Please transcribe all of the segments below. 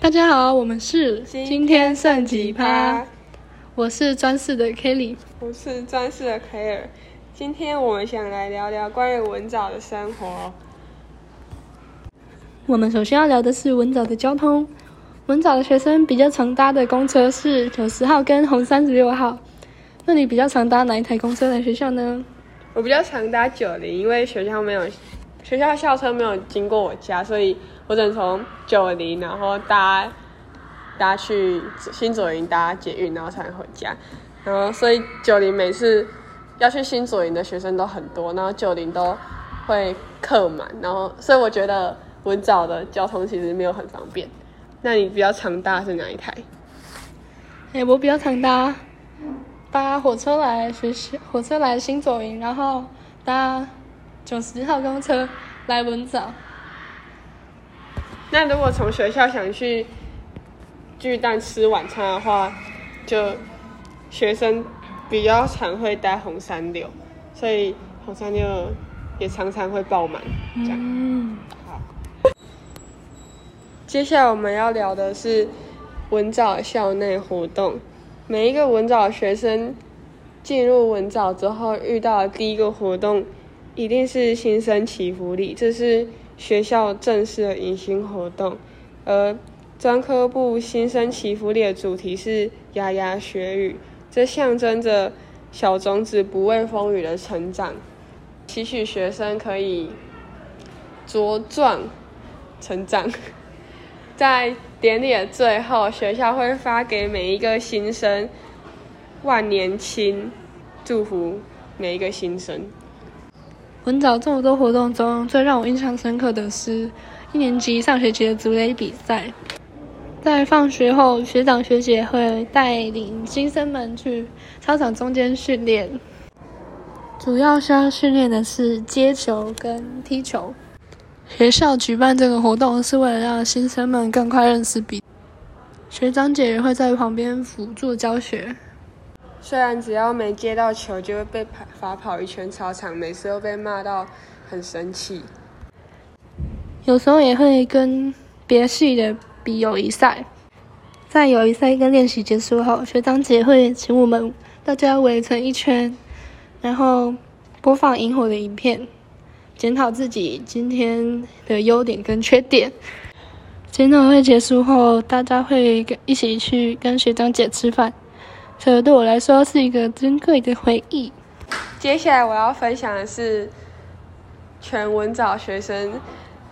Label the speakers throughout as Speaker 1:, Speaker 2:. Speaker 1: 大家好，我们是
Speaker 2: 今
Speaker 1: 天剩几
Speaker 2: 啊，
Speaker 1: 我是专四的 Kelly。
Speaker 2: 我是专事的凯尔。今天我们想来聊聊关于文藻的生活。
Speaker 1: 我们首先要聊的是文藻的交通。文藻的学生比较常搭的公车是九十号跟红三十六号。那你比较常搭哪一台公车来学校呢？
Speaker 2: 我比较常搭九零，因为学校没有学校校车没有经过我家，所以我只能从九零，然后搭搭去新左营搭捷运，然后才能回家。然后所以九零每次要去新左营的学生都很多，然后九零都会客满，然后所以我觉得文藻的交通其实没有很方便。那你比较常搭是哪一台？
Speaker 1: 哎、我比较常搭搭火车来学校，火车来新左营，然后搭九十号公车来文藻。
Speaker 2: 那如果从学校想去巨蛋吃晚餐的话，就学生比较常会搭红三六，所以红三六也常常会爆满。这样，
Speaker 1: 嗯，
Speaker 2: 接下来我们要聊的是文藻校内活动。每一个文藻学生进入文藻之后遇到的第一个活动，一定是新生祈福礼，这是学校正式的迎新活动。而专科部新生祈福礼的主题是“牙牙学语”，这象征着小种子不畏风雨的成长，期许学生可以茁壮成长。在典礼的最后，学校会发给每一个新生万年青，祝福每一个新生。
Speaker 1: 文藻这么多活动中，最让我印象深刻的是一年级上学期的组垒比赛。在放学后，学长学姐会带领新生们去操场中间训练，主要需要训练的是接球跟踢球。学校举办这个活动是为了让新生们更快认识彼此，学长姐也会在旁边辅助教学。
Speaker 2: 虽然只要没接到球就会被罚罚跑一圈操场，每次都被骂到很生气。
Speaker 1: 有时候也会跟别系的比友谊赛，在友谊赛跟练习结束后，学长姐会请我们大家围成一圈，然后播放萤火的影片，检讨自己今天的优点跟缺点。检讨会结束后，大家会跟一起去跟学长姐吃饭，这对我来说是一个珍贵的回忆。
Speaker 2: 接下来我要分享的是全文藻学生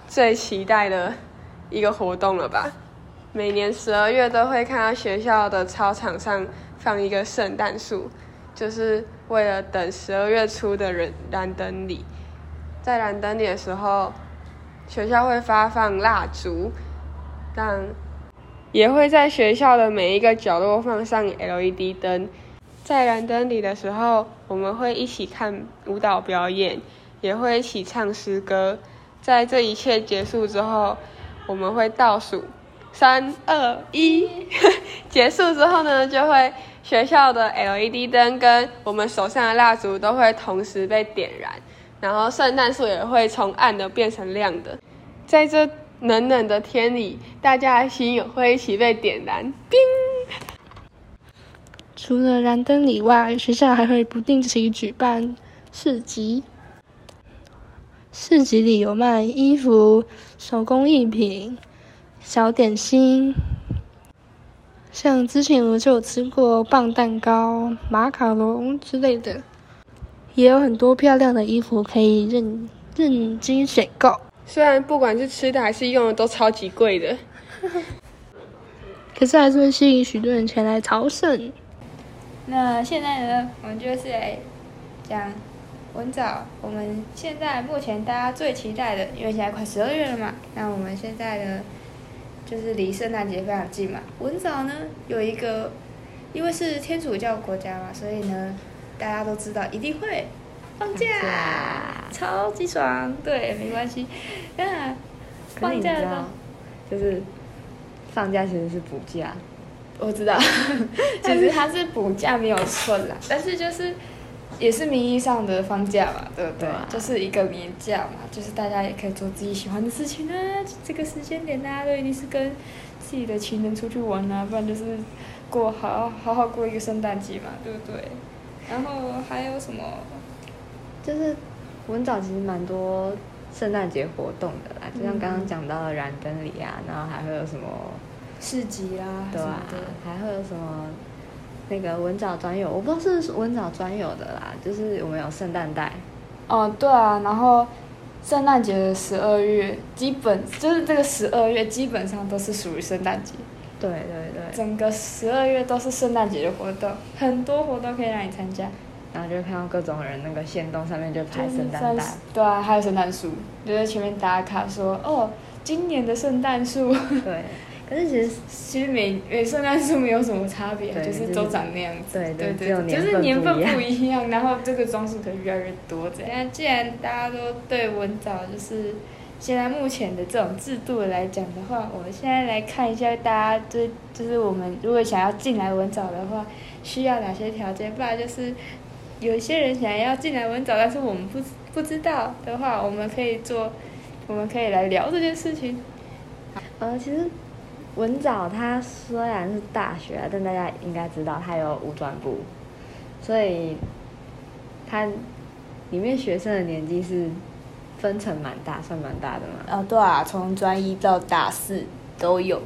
Speaker 2: 最期待的一个活动了吧？每年十二月都会看到学校的操场上放一个圣诞树，就是为了等十二月初的人燃灯礼。在燃灯礼的时候，学校会发放蜡烛，让也会在学校的每一个角落放上 LED 灯，在燃灯里的时候，我们会一起看舞蹈表演，也会一起唱诗歌。在这一切结束之后，我们会倒数三二一， 结束之后呢，就会学校的 LED 灯跟我们手上的蜡烛都会同时被点燃，然后圣诞树也会从暗的变成亮的。在这冷冷的天里，大家的心也会一起被点燃。
Speaker 1: 除了燃灯礼外，学校还会不定期举办市集。市集里有卖衣服、手工艺品、小点心，像之前我就有吃过棒蛋糕、马卡龙之类的，也有很多漂亮的衣服可以任任君选购。
Speaker 2: 虽然不管是吃的还是用的都超级贵的。
Speaker 1: 可是还是会吸引许多人前来朝圣。
Speaker 3: 那现在呢，我们就是来讲文藻。我们现在目前大家最期待的，因为现在快十二月了嘛，那我们现在呢，就是离圣诞节非常近嘛。文藻呢有一个，因为是天主教国家嘛，所以呢，大家都知道一定会放假，超级爽。对，没关系。那
Speaker 4: 可是
Speaker 3: 放
Speaker 4: 你知
Speaker 3: 假的
Speaker 4: 道，就是放假其实是补假，
Speaker 3: 我知道，其实它是补假没有错啦，但是就是也是名义上的放假嘛，对不对？
Speaker 4: 对啊
Speaker 3: 就是一个年假嘛，就是大家也可以做自己喜欢的事情啊。就这个时间点大家都一定是跟自己的情人出去玩啊，不然就是过好好好过一个圣诞节嘛，对不对？然后还有什么？
Speaker 4: 就是文藻其实蛮多圣诞节活动的啦，就像刚刚讲到的燃灯礼啊，然后还会有什么
Speaker 3: 市集啦，
Speaker 4: 对
Speaker 3: 什
Speaker 4: 啊
Speaker 3: 么的。，
Speaker 4: 还会有什么那个文藻专有，我不知道是不是文藻专有的啦，就是我们有圣诞袋，
Speaker 3: 哦，对啊，然后圣诞节的十二月，基本就是这个十二月基本上都是属于圣诞节，
Speaker 4: 对对对，
Speaker 3: 整个十二月都是圣诞节的活动，很多活动可以让你参加。
Speaker 4: 然后就看到各种人那个线动上面就
Speaker 3: 就
Speaker 4: 拍
Speaker 3: 是
Speaker 4: 圣诞袋，
Speaker 3: 对啊，还有圣诞树，就在前面打卡说哦，今年的圣诞树，
Speaker 4: 对。可是其实
Speaker 3: 其实每每圣诞树没有什么差别，
Speaker 4: 对
Speaker 3: 就是
Speaker 4: 就是
Speaker 3: 都长那样子。对
Speaker 4: 对对
Speaker 3: 对
Speaker 4: 只有
Speaker 3: 对，就
Speaker 4: 年
Speaker 3: 是
Speaker 4: 份
Speaker 3: 年
Speaker 4: 不
Speaker 3: 份
Speaker 4: 一样
Speaker 3: 不一样，然后这个装束可能越来越多这样。既然大家都对文藻就是现在目前的这种制度来讲的话，我们现在来看一下大家就是就是我们如果想要进来文藻的话，需要哪些条件？不然就是有一些人想要进来文藻，但是我们不不知道的话，我们可以做，我们可以来聊这件事情。
Speaker 4: 呃，其实文藻它虽然是大学啊，但大家应该知道它有五专部，所以它里面学生的年纪是分成蛮大，算蛮大的 嘛，
Speaker 3: 啊，对啊，从专一到大四都有。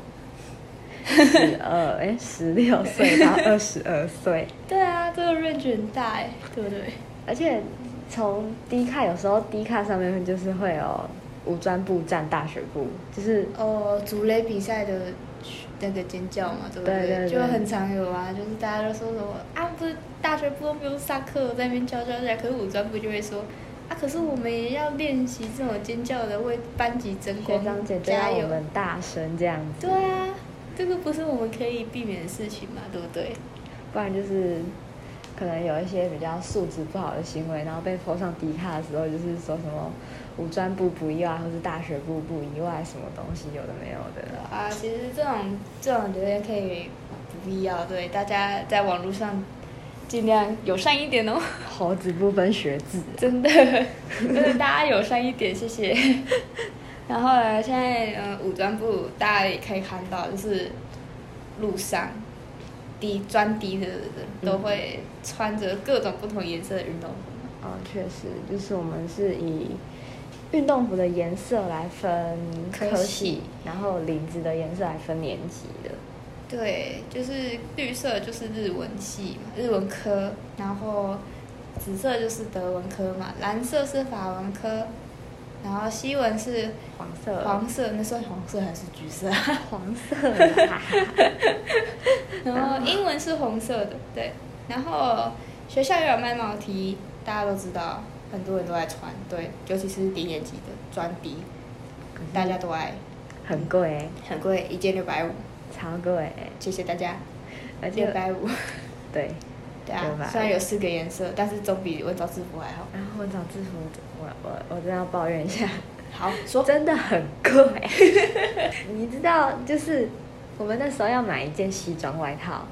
Speaker 4: 十二哎十六岁到二十二岁，
Speaker 3: 对啊，这个 range 很大哎，对不对？
Speaker 4: 而且从低卡有时候低卡上面就是会有五专部占大学部，就是
Speaker 3: 哦，竹垒比赛的那个尖叫嘛，对不
Speaker 4: 对对对
Speaker 3: 就很常有啊，就是大家都说什么啊，不是大学部都不用上课，在那边叫叫叫，可是五专部就会说啊，可是我们也要练习这种尖叫的，为班级争
Speaker 4: 学
Speaker 3: 光，
Speaker 4: 长姐姐
Speaker 3: 加
Speaker 4: 让
Speaker 3: 油
Speaker 4: 我！们大声这样子，
Speaker 3: 对啊，这个不是我们可以避免的事情嘛，对不对？
Speaker 4: 不然就是可能有一些比较素质不好的行为，然后被泼上迪卡的时候，就是说什么五专部不意外，或是大学部不意外，什么东西有的没有的啦。
Speaker 3: 啊，其实这种这种留言可以不必要，对大家在网络上尽量友善一点哦，
Speaker 4: 猴子不分学子，
Speaker 3: 真的，真的大家友善一点，谢 谢。然后呢，现在呃武装部大家也可以看到，就是路上低专低的人都会穿着各种不同颜色的运动服，
Speaker 4: 啊、确实，就是我们是以运动服的颜色来分
Speaker 3: 科
Speaker 4: 科
Speaker 3: 系
Speaker 4: 系，然后领子的颜色来分年级的。
Speaker 3: 对，就是绿色就是日文系嘛，日文科，然后紫色就是德文科嘛，蓝色是法文科，然后西文是
Speaker 4: 黄色，
Speaker 3: 黄色，那算黄色还是橘色啊？
Speaker 4: 黄色啦，
Speaker 3: 然后英文是红色的，对。然后学校也有卖毛 T，大家都知道，很多人都爱穿，对，尤其是低年级的专低，大家都爱，
Speaker 4: 很贵欸、
Speaker 3: 很贵，一件六百五，
Speaker 4: 超贵欸、
Speaker 3: 谢谢大家，
Speaker 4: 而
Speaker 3: 六
Speaker 4: 且
Speaker 3: 百五。
Speaker 4: 对，
Speaker 3: 对啊，
Speaker 4: 650
Speaker 3: 虽然有四个颜色，但是总比文藻制服还好。
Speaker 4: 然后我找制服，我我我真的要抱怨一下，
Speaker 3: 好，说
Speaker 4: 真的很贵。 你知道，就是我们那时候要买一件西装外套，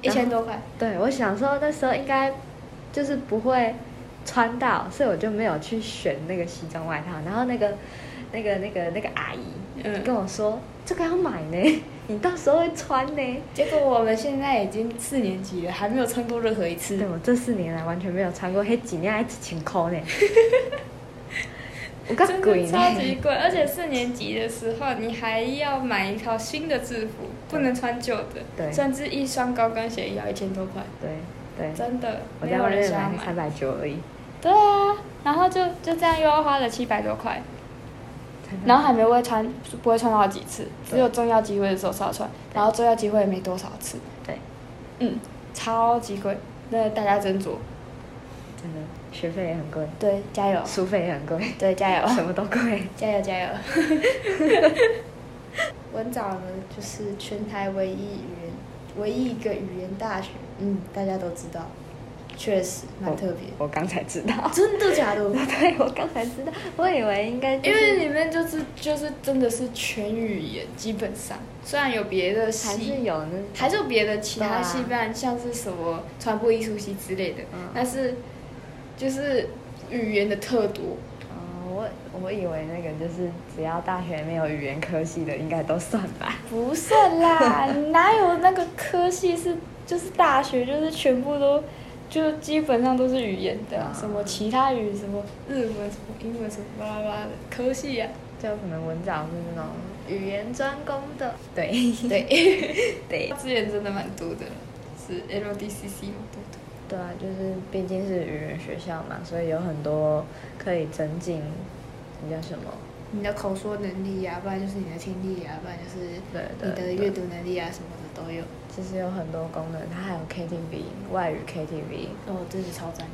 Speaker 3: 一千多块，
Speaker 4: 对我想说那时候应该就是不会穿到，所以我就没有去选那个西装外套。然后那个那个那个那个阿姨
Speaker 3: 嗯，
Speaker 4: 跟我说，这个要买呢，你到时候会穿呢。
Speaker 3: 结果我们现在已经四年级了，还没有穿过任何一次
Speaker 4: 对。我这四年来完全没有穿过，黑几年还几千 块呢。我告
Speaker 3: 真
Speaker 4: 鬼
Speaker 3: 的
Speaker 4: 呢
Speaker 3: 超，级贵，而且四年级的时候你还要买一套新的制服，不能穿旧的，
Speaker 4: 对
Speaker 3: 甚至一双高跟鞋也要一千多块，
Speaker 4: 对对，
Speaker 3: 真的
Speaker 4: 我
Speaker 3: 没
Speaker 4: 在
Speaker 3: 有
Speaker 4: 外
Speaker 3: 人
Speaker 4: 面
Speaker 3: 想要
Speaker 4: 买三
Speaker 3: 买。
Speaker 4: 百九而已。
Speaker 3: 对啊，然后就就这样又要花了七百多块，然后还没会穿，不会穿到几次，只有重要机会的时候才要穿，然后重要机会也没多少次，
Speaker 4: 对，
Speaker 3: 嗯，超级贵，那大家斟酌，
Speaker 4: 真的学费也很贵，
Speaker 3: 对，加油，
Speaker 4: 书费也很贵，
Speaker 3: 对，加油。
Speaker 4: 什么都贵。
Speaker 3: 加油加油！ 文藻呢，就是全台唯一语言唯一一个语言大学，嗯，大家都知道，确实蛮特别。
Speaker 4: 我刚才知 道，
Speaker 3: 真的假的？
Speaker 4: 对我刚才知道，我以为应该、就
Speaker 3: 因
Speaker 4: 是、
Speaker 3: 为里面就是就是真的是全语言，基本上虽然有别的
Speaker 4: 还是
Speaker 3: 系，
Speaker 4: 有那
Speaker 3: 还是有别的其他
Speaker 4: 对啊
Speaker 3: 系，不然像是什么传播艺术系之类的，
Speaker 4: 嗯
Speaker 3: 但是
Speaker 5: 就是语言的特多。
Speaker 4: 哦，我我以为那个就是只要大学没有语言科系的，应该都算吧。
Speaker 3: 不是啦，哪有那个科系是就是大学就是全部都就基本上都是语言的啊、什么其他语什么日文什么英文什么巴拉巴拉的科系啊呀、
Speaker 4: 就可能文藻是那种语言专攻的，对
Speaker 3: 对，
Speaker 4: 对
Speaker 3: 资源真的蛮多的，是 LDCC 嘛，对不对？
Speaker 4: 对啊，就是毕竟是语言学校嘛，所以有很多可以增进，那叫什么？
Speaker 5: 你的口说能力啊，不然就是你的听力啊，不然就是
Speaker 4: 对对
Speaker 5: 你的阅读能力啊，什么的都有。
Speaker 4: 其实有很多功能，它还有 KTV 外语 KTV，
Speaker 5: 哦，真是超赞！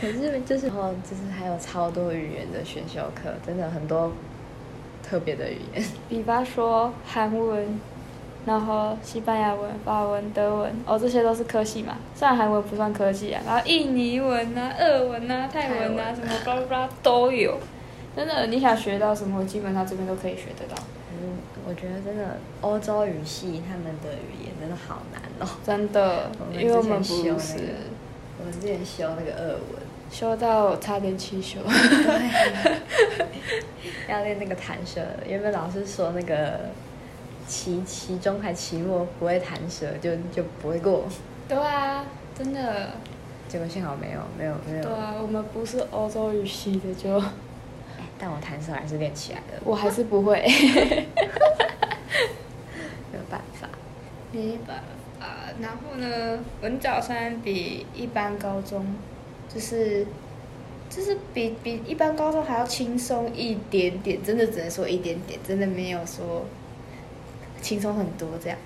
Speaker 4: 可是就是然后就是还有超多语言的选修课，真的很多特别的语言。
Speaker 3: 比方说韩文，然后西班牙文、法文、德文，哦，这些都是科系嘛。虽然韩文不算科系啊，然后印尼文啊、俄文啊、泰文啊，什么巴拉巴拉都有。真的，你想学到什么，基本上这边都可以学得到。
Speaker 4: 嗯，我觉得真的欧洲语系他们的语言真的好难哦。
Speaker 3: 真的
Speaker 4: 我，们
Speaker 3: 因为我们
Speaker 4: 之前
Speaker 3: 不
Speaker 4: 修
Speaker 3: 是
Speaker 4: 那个我们之前修那个俄文，
Speaker 3: 修到差点气休。
Speaker 4: 要练那个弹舌，原本老师说那个期期中还期末不会弹舌就就不会过，
Speaker 3: 对啊，真的，
Speaker 4: 结果幸好没有没有没有
Speaker 3: 对，啊，我们不是欧洲语系的就，
Speaker 4: 但我弹舌还是练起来了，
Speaker 3: 我还是不会。
Speaker 4: 没有办法。
Speaker 3: 没办法。
Speaker 5: 啊
Speaker 3: 然后呢，文藻虽然比一般高中，就是
Speaker 5: 就是比比一般高中还要轻松一点点，真的只能说一点点，真的没有说轻松很多这样。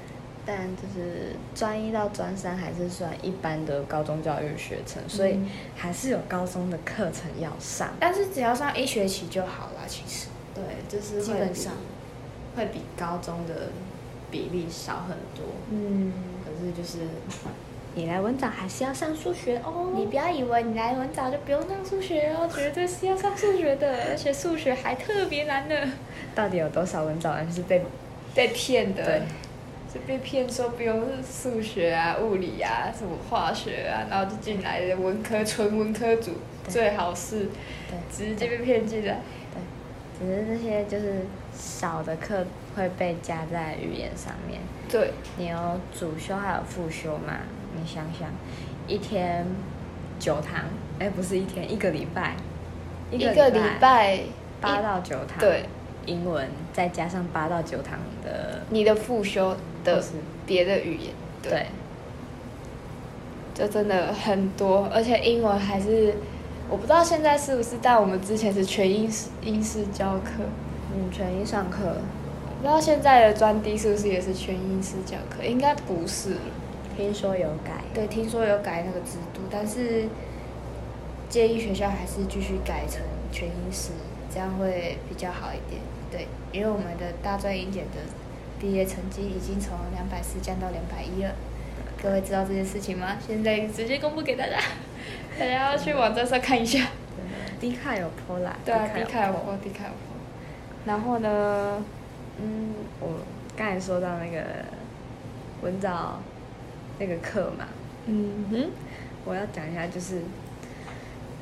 Speaker 4: 但就是专一到专三还是算一般的高中教育学程，所以还是有高中的课程要上。
Speaker 5: 但是只要上一学期就好啦，其实
Speaker 4: 对，就是
Speaker 5: 基
Speaker 4: 会
Speaker 5: 本
Speaker 4: 比
Speaker 5: 上
Speaker 4: 会比高中的比例少很多。
Speaker 5: 嗯，
Speaker 4: 可是就是你来文藻还是要上数学哦。
Speaker 3: 你不要以为你来文藻就不用上数学哦，绝对是要上数学的，而且数学还特别难呢。
Speaker 4: 到底有多少文藻人是被呃
Speaker 3: 被骗的
Speaker 4: 对，
Speaker 3: 是被骗说不用数学啊、物理啊、什么化学啊，然后就进来的文科纯文科组，最好是
Speaker 4: 对
Speaker 3: 直接被骗进来。
Speaker 4: 对，只是那些就是少的课会被加在语言上面。
Speaker 3: 对，
Speaker 4: 你有主修还有副修嘛？你想想，一天九堂，哎，不是一天，一个礼拜，一
Speaker 3: 一个礼拜
Speaker 4: 八到九堂，
Speaker 3: 对，
Speaker 4: 英文再加上八到九堂的，
Speaker 3: 你的复修
Speaker 4: 或
Speaker 3: 的
Speaker 4: 是
Speaker 3: 别的语言，对，
Speaker 4: 对，
Speaker 3: 这真的很多，而且英文还是我不知道现在是不是，但我们之前是全英式英式教课，
Speaker 4: 嗯，全英上课，
Speaker 3: 不知道现在的专低是不是也是全英式教课，应该不是。
Speaker 4: 听说有改，
Speaker 5: 对，听说有改那个制度，但是建议学校还是继续改成全英式，这样会比较好一点。对，因为我们的大专英检的毕业成绩已经从两百四降到两百一了，各位知道这件事情吗？
Speaker 3: 现在直接公布给大家，大家要去网站上看一下。
Speaker 4: 迪卡有 PO 啦，
Speaker 3: 对啊，迪
Speaker 4: 有
Speaker 3: 卡有
Speaker 4: po
Speaker 3: 播，迪卡有播。然后呢，
Speaker 4: 嗯，我刚才说到那个文藻那个课嘛，
Speaker 3: 嗯哼，
Speaker 4: 我要讲一下，就是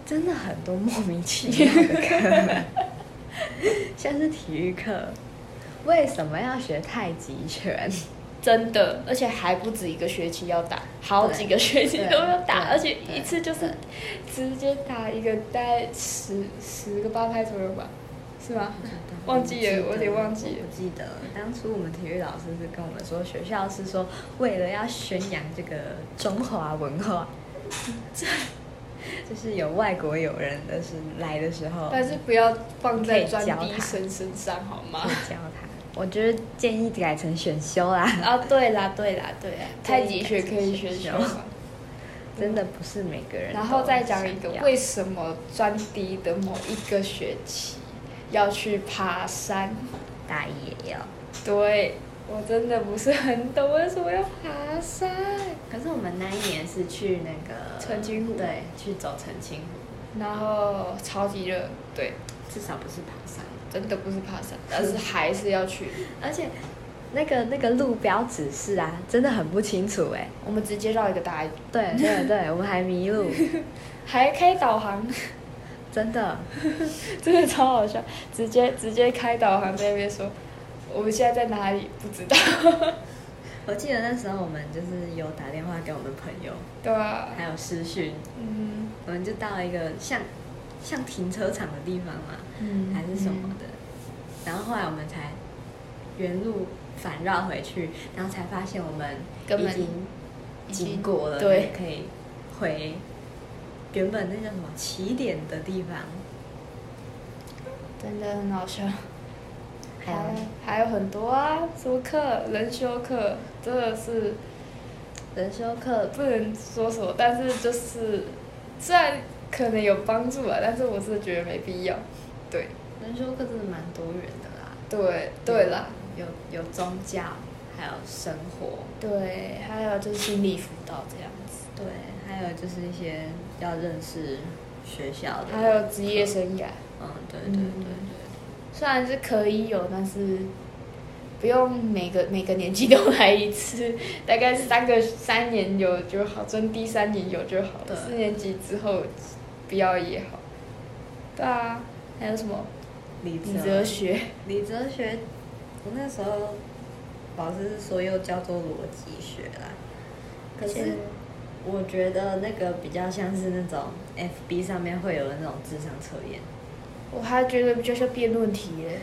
Speaker 4: 真的很多莫名其妙的 课，像是体育课，为什么要学太极拳？
Speaker 3: 真的，而且还不止一个学期要打，好几个学期都要打，
Speaker 4: 对
Speaker 3: 而且
Speaker 4: 对
Speaker 3: 一次就是直接打一个大概十十个八拍左右吧，是吗？忘记了，我有点忘记
Speaker 4: 我
Speaker 3: 了。
Speaker 4: 不记得当初我们体育老师是跟我们说，学校是说为了要宣扬这个中华文化， 就是有外国友人的是来的时候，
Speaker 3: 但是不要放在专
Speaker 4: 可以
Speaker 3: 低
Speaker 4: 教他
Speaker 3: 生身上好吗
Speaker 4: 会？教他。我觉得建议改成选修啦。
Speaker 3: 啊，对啦，对啦，对啦，太极拳可以选修嘛。
Speaker 4: 真的不是每个人。
Speaker 3: 然后再讲一个，为什么专低的某一个学期要去爬山？
Speaker 4: 大一也要。
Speaker 3: 对我真的不是很懂为什么要爬山。
Speaker 4: 可是我们那一年是去那个
Speaker 3: 澄清湖
Speaker 4: 对，去走澄清湖，
Speaker 3: 然后超级热，对，
Speaker 4: 至少不是爬山。
Speaker 3: 真的不是爬山，但是还是要去。
Speaker 4: 而且那个那个路标指示啊，真的很不清楚哎、
Speaker 5: 我们直接绕一个大，
Speaker 4: 对对对，我们还迷 路，
Speaker 3: 还开导航，
Speaker 4: 真的。
Speaker 3: 真的超好笑，直接直接开导航在那边说，我们现在在哪里不知道，
Speaker 4: 我记得那时候我们就是有打电话给我们朋友，
Speaker 3: 对啊，
Speaker 4: 还有私讯，
Speaker 3: 嗯，
Speaker 4: 我们就到一个像像停车场的地方嘛，
Speaker 5: 嗯
Speaker 4: 还是什么的。然后后来我们才原路反绕回去，然后才发现我们
Speaker 3: 根
Speaker 4: 已
Speaker 3: 本
Speaker 4: 经经过了，
Speaker 3: 对，
Speaker 4: 可以回原本那叫什么起点的地方。
Speaker 3: 真的很好笑。
Speaker 4: 还有
Speaker 3: 还还有很多啊，什么课、人修课，真的是
Speaker 4: 人修课
Speaker 3: 不能说什么，但是就是虽然可能有帮助啊，但是我是觉得没必要。对
Speaker 4: 人修课真的蛮多元的啦，
Speaker 3: 对对啦，
Speaker 4: 有有宗教，还有生活，
Speaker 5: 对，还有就是心理辅导这样子，
Speaker 4: 对，还有就是一些要认识学校的，
Speaker 5: 还有职业生涯，
Speaker 4: 嗯，对对对
Speaker 5: 虽然是可以有，但是不用每个每个年纪都来一次，
Speaker 3: 大概三个三年有就好，真第三年有就好
Speaker 4: 对，
Speaker 3: 四年级之后不要也好。对啊，还有什么？
Speaker 4: 对，
Speaker 5: 理哲学，
Speaker 4: 理哲学，我那时候老师是说又叫做逻辑学啦，可是我觉得那个比较像是那种 FB 上面会有的那种智商测验，
Speaker 5: 我还觉得比较像辩论题 耶，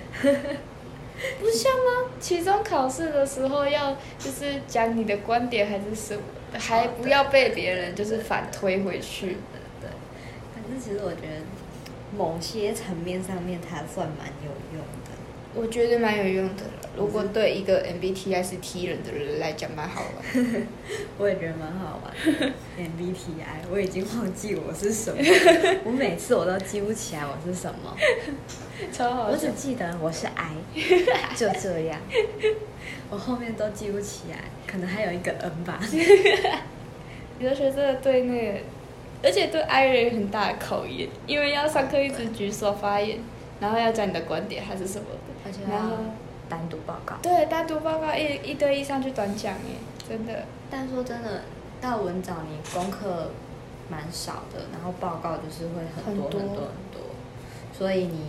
Speaker 3: 不像吗？期中考试的时候要就是讲你的观点还是什么，还不要被别人就是反推回去。
Speaker 4: 对对。反正其实我觉得某些层面上面它算蛮有用的。
Speaker 5: 我觉得蛮有用的了。如果对一个 MBTI 是 T 人的人来讲，蛮好玩。
Speaker 4: 我也觉得蛮好玩 的 MBTI，我已经忘记我是什么， 我每次我都记不起来我是什么，
Speaker 3: 超好
Speaker 4: 我
Speaker 3: 笑
Speaker 4: 只！记得我是 I，就这样，我后面都记不起来，可能还有一个 N 吧。
Speaker 3: 留学真的对那个，而且对 I 人有很大的考验，因为要上课一直举手发言，然后要讲你的观点还是什么
Speaker 4: 而且
Speaker 3: 的，然后
Speaker 4: 要单独报告。
Speaker 3: 对单独报告一一对一上去短讲耶，真的
Speaker 4: 但说真的，到文藻你功课蛮少的，然后报告就是会很多很
Speaker 5: 很
Speaker 4: 多
Speaker 5: 多
Speaker 4: 很多，所以你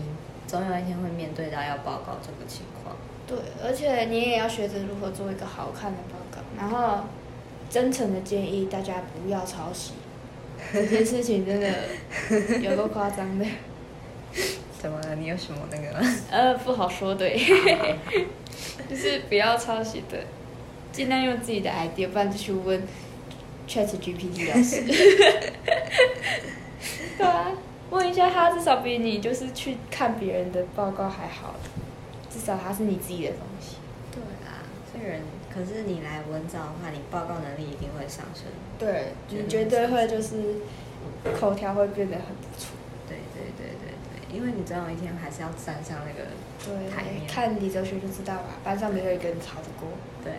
Speaker 4: 总有一天会面对到要报告这个情况。
Speaker 5: 对，而且你也要学着如何做一个好看的报告，然后真诚的建议大家不要抄袭。这件事情真的有够夸张的，
Speaker 4: 怎么了？你有什么那个吗？
Speaker 3: 呃不好说 对，就是不要抄袭的，尽量用自己的 idea，不然就去问
Speaker 5: Chat GPT 老师，
Speaker 3: 对啊，问一下他，至少比你就是去看别人的报告还好，
Speaker 5: 至少它是你自己的东西。
Speaker 4: 对啊，虽然可是你来文藻的话，你报告能力一定会上升。
Speaker 5: 对，你
Speaker 4: 绝
Speaker 5: 绝
Speaker 4: 对
Speaker 5: 对会就是口条会变得很不错。
Speaker 4: 对对对对对，因为你总有一天还是要站上那个台面
Speaker 5: 对，看李哲学就知道吧，班上没有一个人吵得过。
Speaker 4: 对，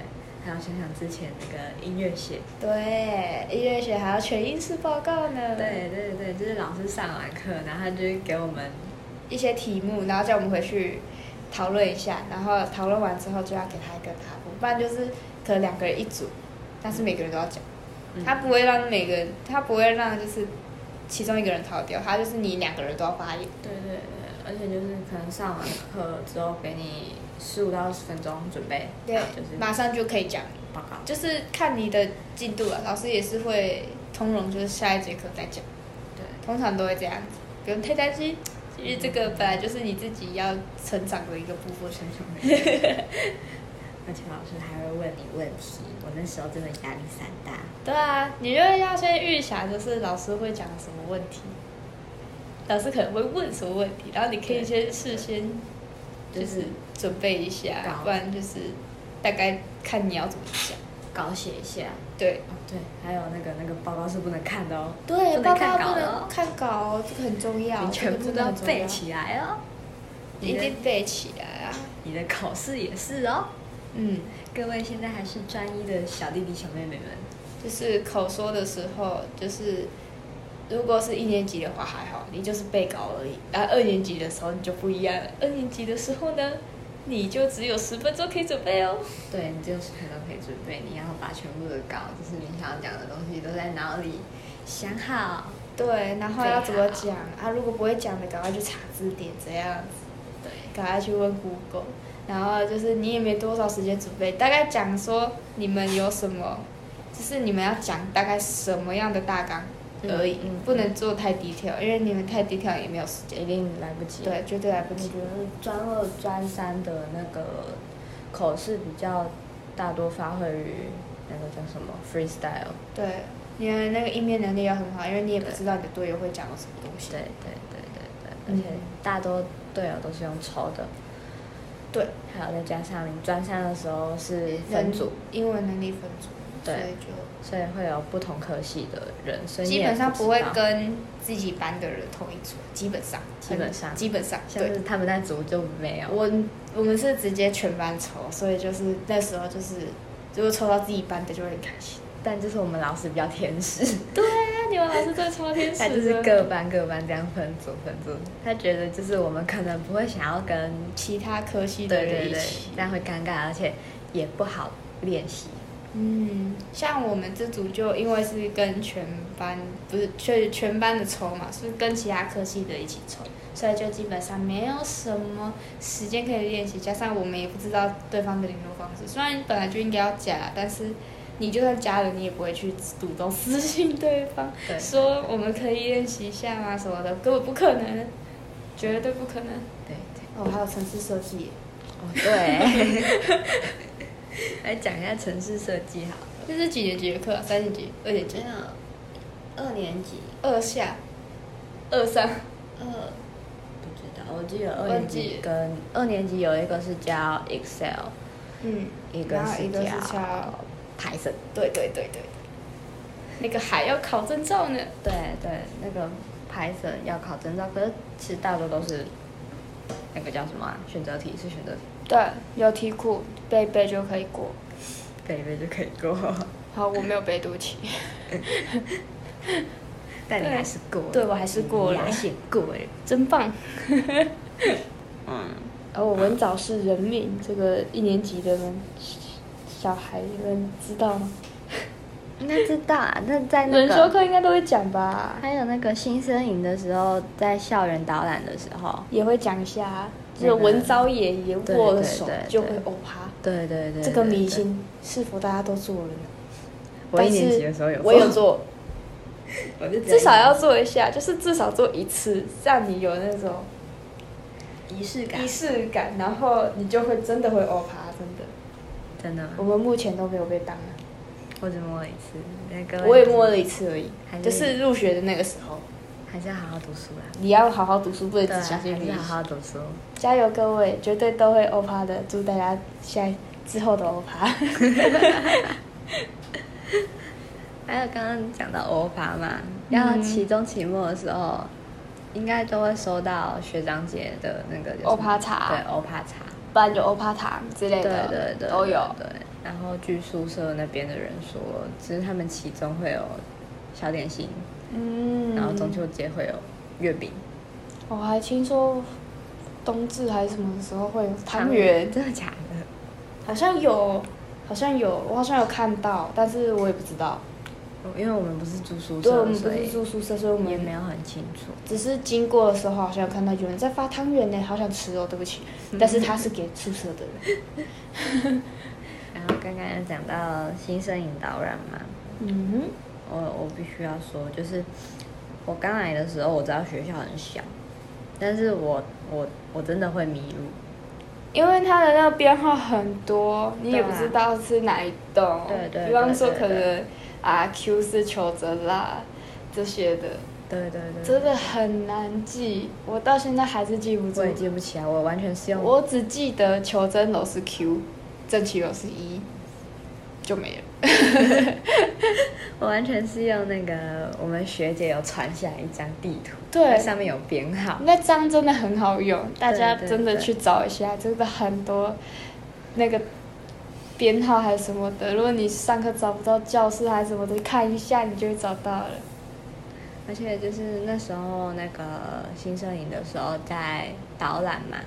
Speaker 4: 还要想想之前那个音乐写。
Speaker 5: 对，音乐学还要全英式报告呢。
Speaker 4: 对对对，就是老师上完课，然后他就会给我们
Speaker 5: 一些题目，然后叫我们回去讨论一下，然后讨论完之后就要给他一个答复，不然就是可能两个人一组，但是每个人都要讲，
Speaker 4: 嗯
Speaker 5: 他不会让每个人，他不会让就是其中一个人逃掉，他就是你两个人都要发言。
Speaker 4: 对对对，而且就是可能上完课之后给你十五到十分钟准备，
Speaker 5: 对
Speaker 4: 就是，
Speaker 5: 马上就可以讲，
Speaker 4: 报告。
Speaker 5: 就是看你的进度了。老师也是会通融，就是下一节课再讲，
Speaker 4: 对
Speaker 5: 通常都会这样子，不用太担心。其哎实这个本来就是你自己要成长的一个部分。
Speaker 4: 成长的。而且老师还会问你问题，我那时候真的压力山大。
Speaker 5: 对啊，你就要先预想，就是老师会讲什么问题，老师可能会问什么问题，然后你可以先事先
Speaker 4: 对
Speaker 5: 就是准备一
Speaker 4: 搞
Speaker 5: 下，不然就是大概看你要怎么讲。
Speaker 4: 稿写一下。
Speaker 5: 对
Speaker 4: 哦，对，还有那个那个报告是不能看的哦，
Speaker 5: 对
Speaker 4: 不能看稿的哦，
Speaker 5: 看稿哦，这个很重要
Speaker 4: 你全部都要背，
Speaker 5: 这个真的很重
Speaker 4: 起来哦。
Speaker 5: 要一定背起来啊。
Speaker 4: 你的考试也是哦。
Speaker 5: 嗯，
Speaker 4: 各位现在还是专一的小弟弟小妹妹们，
Speaker 5: 就是口说的时候，就是如果是一年级的话还好，你就是背稿而已。啊，二年级的时候你就不一样了。二年级的时候呢，
Speaker 6: 你就只有十分钟可以准备哦。
Speaker 4: 对你只有十分钟可以准备，你要把全部的稿，就是你想要讲的东西都在脑里想好。
Speaker 3: 对，然后
Speaker 4: 对
Speaker 3: 要怎么
Speaker 4: 好
Speaker 3: 讲啊？如果不会讲的，赶快去查字典，这样子，
Speaker 4: 对，
Speaker 3: 赶快去问 Google。然后就是你也没多少时间准备，大概讲说你们有什么，就是你们要讲大概什么样的大纲而已，
Speaker 4: 嗯嗯
Speaker 3: 不能做太 detail，因为你们太 detail 也没有时间。
Speaker 4: 一定来不及。
Speaker 3: 对，绝对来不
Speaker 4: 我
Speaker 3: 及
Speaker 4: 觉。得专二、专三的那个口试比较大多发挥于那个叫什么 freestyle。
Speaker 3: 对，你的那个应变能力要很好，因为你也不知道你的队友会讲什么东西。
Speaker 4: 对对对对对，而
Speaker 3: 嗯
Speaker 4: 且大多队友都是用抽的，
Speaker 3: 对，
Speaker 4: 还有再加上你专三的时候是分组，，
Speaker 3: 英文能力分组，所
Speaker 4: 对
Speaker 3: 以就
Speaker 4: 所以会有不同科系的人，所以你
Speaker 3: 基
Speaker 4: 也
Speaker 3: 本上
Speaker 4: 不知
Speaker 3: 不会
Speaker 4: 道
Speaker 3: 跟自己班的人同一组，基本上，
Speaker 4: 基本上
Speaker 3: 基本上，
Speaker 4: 像
Speaker 3: 对
Speaker 4: 是。他们那组就没有。
Speaker 3: 我我们是直接全班抽，所以就是那时候就是，如果抽到自己班的就会很开心。
Speaker 4: 但就是我们老师比较天使，
Speaker 6: 对啊，你们老师真的超天使
Speaker 4: 他
Speaker 3: 哎
Speaker 6: 的。
Speaker 4: 就是各班各班这样分组分组。他觉得就是我们可能不会想要跟
Speaker 3: 其他科系的
Speaker 4: 对
Speaker 3: 人
Speaker 4: 对
Speaker 3: 一
Speaker 4: 对
Speaker 3: 起，，
Speaker 4: 但会尴尬，而且也不好练习。
Speaker 3: 嗯，像我们这组就因为是跟全班不是全全班的抽嘛，是跟其他科系的一起抽，所以就基本上没有什么时间可以练习，加上我们也不知道对方的联络方式，虽然本来就应该要加，但是你就算加了，你也不会去主动私信对方
Speaker 4: 对
Speaker 3: 说我们可以练习一下啊吗什么的，根本不可能，绝对不可能。
Speaker 4: 对对，
Speaker 3: 哦，还有城市设计耶，
Speaker 4: 哦对。 来讲一下城市设计好了。
Speaker 3: 这是几年级的课啊？三年级、二年级、
Speaker 4: 二年级，
Speaker 3: 二下、二上。
Speaker 4: 二不知道，我记得二
Speaker 3: 忘
Speaker 4: 年
Speaker 3: 记
Speaker 4: 级跟二年级有一个是教 Excel，
Speaker 3: 嗯，
Speaker 4: 一个
Speaker 3: 然后
Speaker 4: 是
Speaker 3: 一个是
Speaker 4: 教
Speaker 3: 敲
Speaker 4: Python。
Speaker 3: 对对对对，那个还要考证照呢。
Speaker 4: 对对，那个 Python 要考证照，可是其实大多都是那个叫什么啊？选择题是选择题，
Speaker 3: 对，有题库背一背就可以过。
Speaker 4: 背一背就可以过，
Speaker 3: 好，我没有背对不起。
Speaker 4: 但你还是过了。
Speaker 3: 对我还是过了
Speaker 4: 你还是过了。
Speaker 3: 真棒。
Speaker 4: 嗯，
Speaker 3: 而我文藻是人命，这个一年级的们小孩你们知道吗？
Speaker 4: 应该知道啊。 那在那
Speaker 3: 人修
Speaker 4: 个
Speaker 3: 课应该都会讲吧，
Speaker 4: 还有那个新生营的时候，在校园导览的时候，
Speaker 3: 也会讲一下。这
Speaker 4: 那
Speaker 3: 个
Speaker 4: 个
Speaker 3: 文藻也也
Speaker 4: 对
Speaker 3: 握了
Speaker 4: 对
Speaker 3: 手
Speaker 4: 对对
Speaker 3: 就会欧趴，
Speaker 4: 对对对，
Speaker 3: 这个
Speaker 4: 对
Speaker 3: 迷，信是否大家都做了呢？
Speaker 4: 对我
Speaker 3: 但
Speaker 4: 一
Speaker 3: 是
Speaker 4: 年级的时候有，
Speaker 3: 我有，做，
Speaker 4: 我就
Speaker 3: 至少要做一下，就是至少做一次，让你有那种
Speaker 4: 仪式感
Speaker 3: 仪，式感，然后你就会真的会欧趴，真的。
Speaker 4: 真的吗，
Speaker 3: 我们目前都没有被当啊，
Speaker 4: 我只摸了一次，那个
Speaker 3: 我也摸了一，次而已
Speaker 4: 还，是
Speaker 3: 就是入学的那个时候。
Speaker 4: 还是要好好读书啦。
Speaker 3: 你要好好读书，不能
Speaker 4: 对啊，
Speaker 3: 只相信
Speaker 4: 还
Speaker 3: 你
Speaker 4: 是。好好读书。
Speaker 3: 加油，各位，绝对都会欧趴的。祝大家下之后的哦欧 趴。
Speaker 4: 还有刚刚讲到欧巴嘛，
Speaker 3: 嗯
Speaker 4: 要期中、期末的时候，应该都会收到学长姐的那个叫什么
Speaker 3: 欧趴茶
Speaker 4: 对欧帕茶，
Speaker 3: 不然就欧趴糖之类
Speaker 4: 对
Speaker 3: 的，
Speaker 4: 对对，
Speaker 3: 都有。
Speaker 4: 对。然后据宿舍那边的人说，只是他们其中会有小点心，
Speaker 3: 嗯
Speaker 4: 然后中秋节会有月饼、
Speaker 3: 我还听说冬至还是什么时候会有汤圆，
Speaker 4: 真的假的？
Speaker 3: 好像有，好像有，我好像有看到，但是我也不知道。
Speaker 4: 因为我们不是住宿
Speaker 3: 对，我
Speaker 4: 舍，
Speaker 3: 们不
Speaker 4: 所
Speaker 3: 是
Speaker 4: 以
Speaker 3: 住宿舍，所以我
Speaker 4: 也
Speaker 3: 们
Speaker 4: 没有很清楚。
Speaker 3: 只是经过的时候，好像有看到有人在发汤圆呢，好想吃哦，对不起。但是他是给宿舍的人。
Speaker 4: 然后刚刚有讲到新生引导染嘛，
Speaker 3: 嗯
Speaker 4: 我我必须要说，就是我刚来的时候，我知道学校很小，但是我我我真的会迷路。
Speaker 3: 哼，因为它的那个编号很多，你也
Speaker 4: 对啊
Speaker 3: 不知道是哪一栋。
Speaker 4: 对对
Speaker 3: 比方说，
Speaker 4: 对对
Speaker 3: 可
Speaker 4: 对
Speaker 3: 能啊 Q 是求着啦这些的，
Speaker 4: 对对对，
Speaker 3: 真的很难记，我到现在还是记不住
Speaker 4: 我。也记不起来，我完全是用
Speaker 3: 我只记得求真楼是 Q，正奇楼是一，就没了。
Speaker 4: 我完全是用那个我们学姐有传下来一张地图，
Speaker 3: 对
Speaker 4: 它上面有编号。
Speaker 3: 那张真的很好用，大家
Speaker 4: 对
Speaker 3: 真的去找一下，真的很多那个编号还是什么的。如果你上课找不到教室还是什么的，看一下你就会找到了。
Speaker 4: 而且就是那时候那个新生营的时候在导览嘛，